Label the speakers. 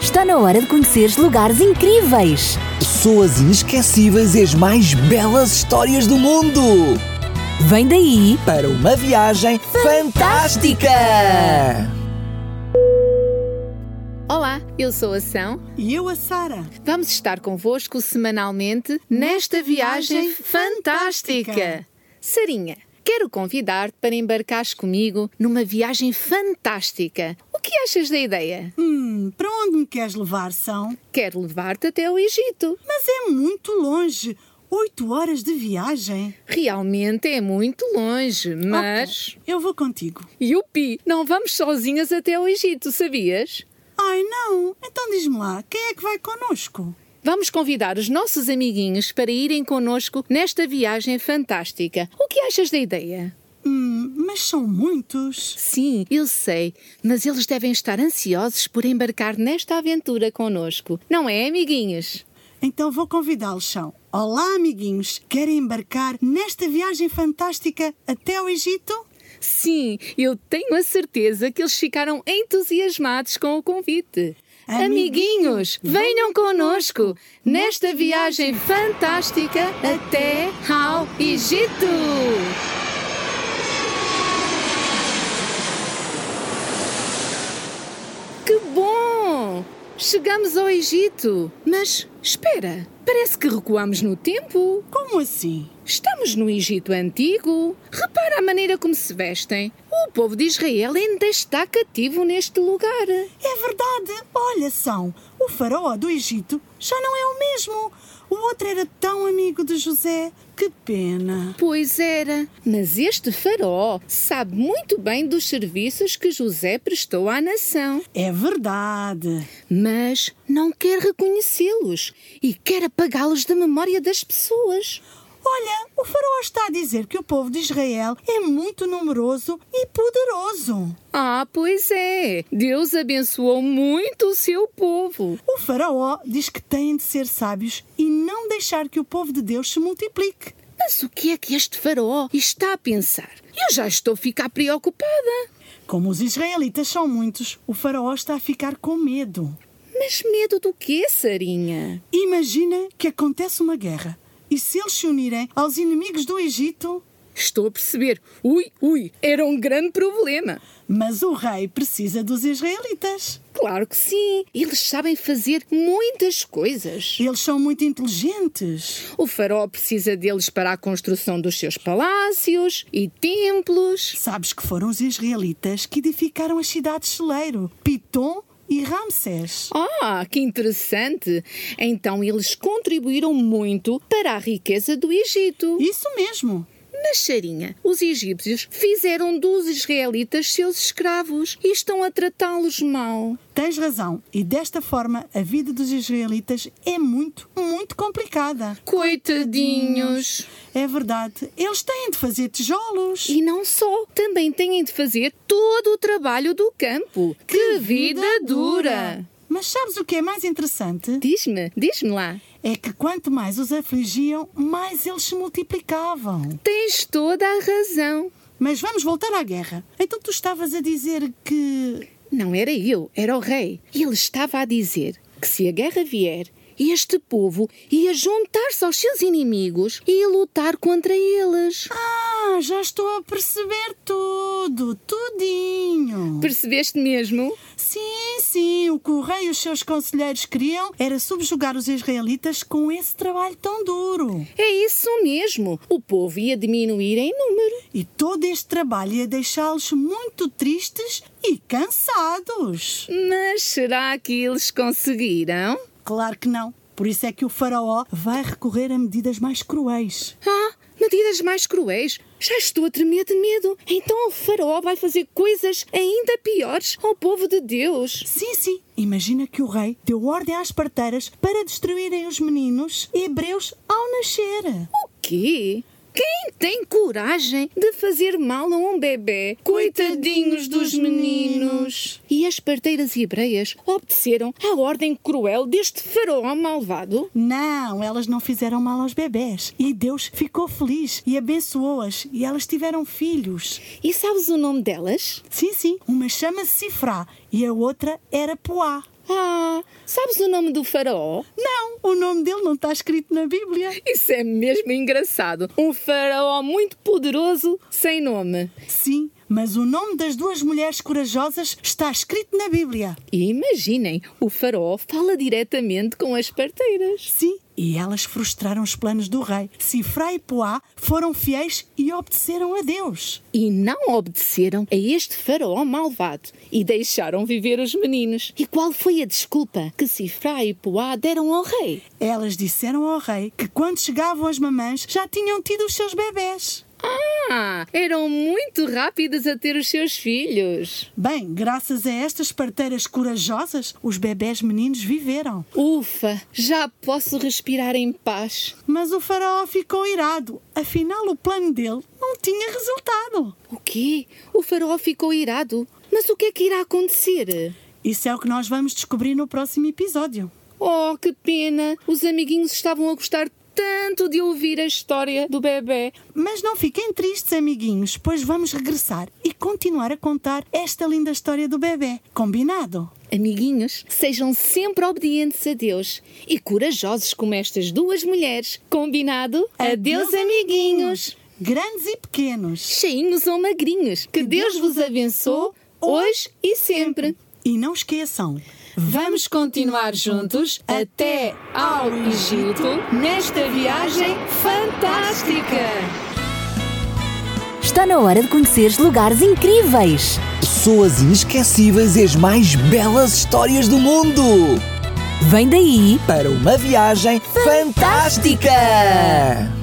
Speaker 1: Está na hora de conheceres lugares incríveis.
Speaker 2: Pessoas inesquecíveis e as mais belas histórias do mundo!
Speaker 1: Vem daí,
Speaker 2: Para uma viagem fantástica!
Speaker 3: Olá, eu sou a São.
Speaker 4: E eu, a Sara.
Speaker 3: Vamos estar convosco semanalmente nesta viagem fantástica. Sarinha, quero convidar-te para embarcares comigo numa viagem fantástica. O que achas da ideia?
Speaker 4: Hum, para onde me queres levar, São?
Speaker 3: Quero levar-te até o Egito.
Speaker 4: Mas é muito longe. Oito horas de viagem.
Speaker 3: Realmente é muito longe, mas.
Speaker 4: Eu vou contigo.
Speaker 3: Yupi! Não vamos sozinhas até o Egito, sabias?
Speaker 4: Ai, não. Então diz-me lá, quem é que vai connosco?
Speaker 3: Vamos convidar os nossos amiguinhos para irem connosco nesta viagem fantástica. O que achas da ideia?
Speaker 4: Hum, mas são muitos.
Speaker 3: Sim, eu sei, mas eles devem estar ansiosos por embarcar nesta aventura connosco, não é, amiguinhos?
Speaker 4: Então vou convidá-los, São. Olá, amiguinhos. Querem embarcar nesta viagem fantástica até o Egito?
Speaker 3: Sim, eu tenho a certeza que eles ficaram entusiasmados com o convite. Amiguinhos,
Speaker 4: Amiguinhos,
Speaker 3: venham connosco nesta viagem fantástica até ao Egito! Que bom! Chegamos ao Egito. Mas espera, parece que recuamos no tempo.
Speaker 4: Como assim?
Speaker 3: Estamos no Egito Antigo. Repara a maneira como se vestem. O povo de Israel ainda está cativo neste lugar.
Speaker 4: É verdade. Olha, São. O faraó do Egito já não é o mesmo. O outro era tão amigo de José. Que pena.
Speaker 3: Pois era. Mas este faraó sabe muito bem dos serviços que José prestou à nação.
Speaker 4: É verdade.
Speaker 3: Mas não quer reconhecê-los e quer apagá-los da memória das pessoas.
Speaker 4: Olha, o faraó está a dizer que o povo de Israel é muito numeroso e poderoso.
Speaker 3: Ah, pois é. Deus abençoou muito o seu povo.
Speaker 4: O faraó diz que têm de ser sábios e não deixar que o povo de Deus se multiplique.
Speaker 3: Mas o que é que este faraó está a pensar? Eu já estou a ficar preocupada.
Speaker 4: Como os israelitas são muitos, o faraó está a ficar com medo.
Speaker 3: Mas medo do quê, Sarinha?
Speaker 4: Imagina que acontece uma guerra e se eles se unirem aos inimigos do Egito.
Speaker 3: Estou a perceber. Ui, ui, era um grande problema.
Speaker 4: Mas o rei precisa dos israelitas.
Speaker 3: Claro que sim. Eles sabem fazer muitas coisas.
Speaker 4: Eles são muito inteligentes.
Speaker 3: O faraó precisa deles para a construção dos seus palácios e templos.
Speaker 4: Sabes que foram os israelitas que edificaram as cidades celeiro, Pitom e Ramsés.
Speaker 3: Ah, que interessante! Então eles contribuíram muito para a riqueza do Egito.
Speaker 4: Isso mesmo.
Speaker 3: Mas, Sarinha, os egípcios fizeram dos israelitas seus escravos e estão a tratá-los mal.
Speaker 4: Tens razão. E desta forma, a vida dos israelitas é muito, muito complicada.
Speaker 3: Coitadinhos!
Speaker 4: É verdade. Eles têm de fazer tijolos.
Speaker 3: E não só, também têm de fazer todo o trabalho do campo. Que, vida, dura!
Speaker 4: Mas sabes o que é mais interessante?
Speaker 3: Diz-me, diz-me lá.
Speaker 4: É que quanto mais os afligiam, mais eles se multiplicavam.
Speaker 3: Tens toda a razão.
Speaker 4: Mas vamos voltar à guerra. Então tu estavas a dizer que.
Speaker 3: Não era eu, era o rei. E ele estava a dizer que se a guerra vier, este povo ia juntar-se aos seus inimigos e ia lutar contra eles.
Speaker 4: Ah, já estou a perceber tudo, tudinho.
Speaker 3: Percebeste mesmo?
Speaker 4: Sim, sim, o que o rei e os seus conselheiros queriam era subjugar os israelitas com esse trabalho tão duro.
Speaker 3: É isso mesmo. O povo ia diminuir em número.
Speaker 4: E todo este trabalho ia deixá-los muito tristes e cansados.
Speaker 3: Mas será que eles conseguiram?
Speaker 4: Claro que não. Por isso é que o faraó vai recorrer a medidas mais cruéis.
Speaker 3: Ah, medidas mais cruéis. Já estou a tremer de medo. Então o faraó vai fazer coisas ainda piores ao povo de Deus.
Speaker 4: Sim, sim. Imagina que o rei deu ordem às parteiras para destruírem os meninos hebreus ao nascer.
Speaker 3: O quê? Quem tem coragem de fazer mal a um bebê? Coitadinhos dos meninos! E as parteiras hebreias obedeceram à ordem cruel deste faraó malvado?
Speaker 4: Não, elas não fizeram mal aos bebés. E Deus ficou feliz e abençoou-as. E elas tiveram filhos.
Speaker 3: E sabes o nome delas?
Speaker 4: Sim, sim. Uma chama-se Cifrá e a outra era Poá.
Speaker 3: Ah, sabes o nome do faraó?
Speaker 4: Não, o nome dele não está escrito na Bíblia.
Speaker 3: Isso é mesmo engraçado. Um faraó muito poderoso, sem nome.
Speaker 4: Sim, mas o nome das duas mulheres corajosas está escrito na Bíblia.
Speaker 3: E imaginem, o faraó fala diretamente com as parteiras.
Speaker 4: Sim, e elas frustraram os planos do rei. Sifra e Poá foram fiéis e obedeceram a Deus.
Speaker 3: E não obedeceram a este faraó malvado e deixaram viver os meninos. E qual foi a desculpa que Sifra e Poá deram ao rei?
Speaker 4: Elas disseram ao rei que quando chegavam as mamães já tinham tido os seus bebés.
Speaker 3: Ah, eram muito rápidas a ter os seus filhos.
Speaker 4: Bem, graças a estas parteiras corajosas, os bebés meninos viveram.
Speaker 3: Ufa, já posso respirar em paz.
Speaker 4: Mas o faraó ficou irado, afinal o plano dele não tinha resultado.
Speaker 3: O quê? O faraó ficou irado? Mas o que é que irá acontecer?
Speaker 4: Isso é o que nós vamos descobrir no próximo episódio.
Speaker 3: Oh, que pena! Os amiguinhos estavam a gostar tanto de ouvir a história do bebê.
Speaker 4: Mas não fiquem tristes, amiguinhos, pois vamos regressar e continuar a contar esta linda história do bebê. Combinado?
Speaker 3: Amiguinhos, sejam sempre obedientes a Deus e corajosos como estas duas mulheres. Combinado? Adeus, amiguinhos!
Speaker 4: Grandes e pequenos.
Speaker 3: Cheinhos ou magrinhos, que Deus vos abençoe hoje e sempre.
Speaker 4: E não esqueçam.
Speaker 3: Vamos continuar juntos até ao Egito nesta viagem fantástica!
Speaker 1: Está na hora de conheceres lugares incríveis.
Speaker 2: Pessoas inesquecíveis e as mais belas histórias do mundo.
Speaker 1: Vem daí!
Speaker 2: Para uma viagem fantástica.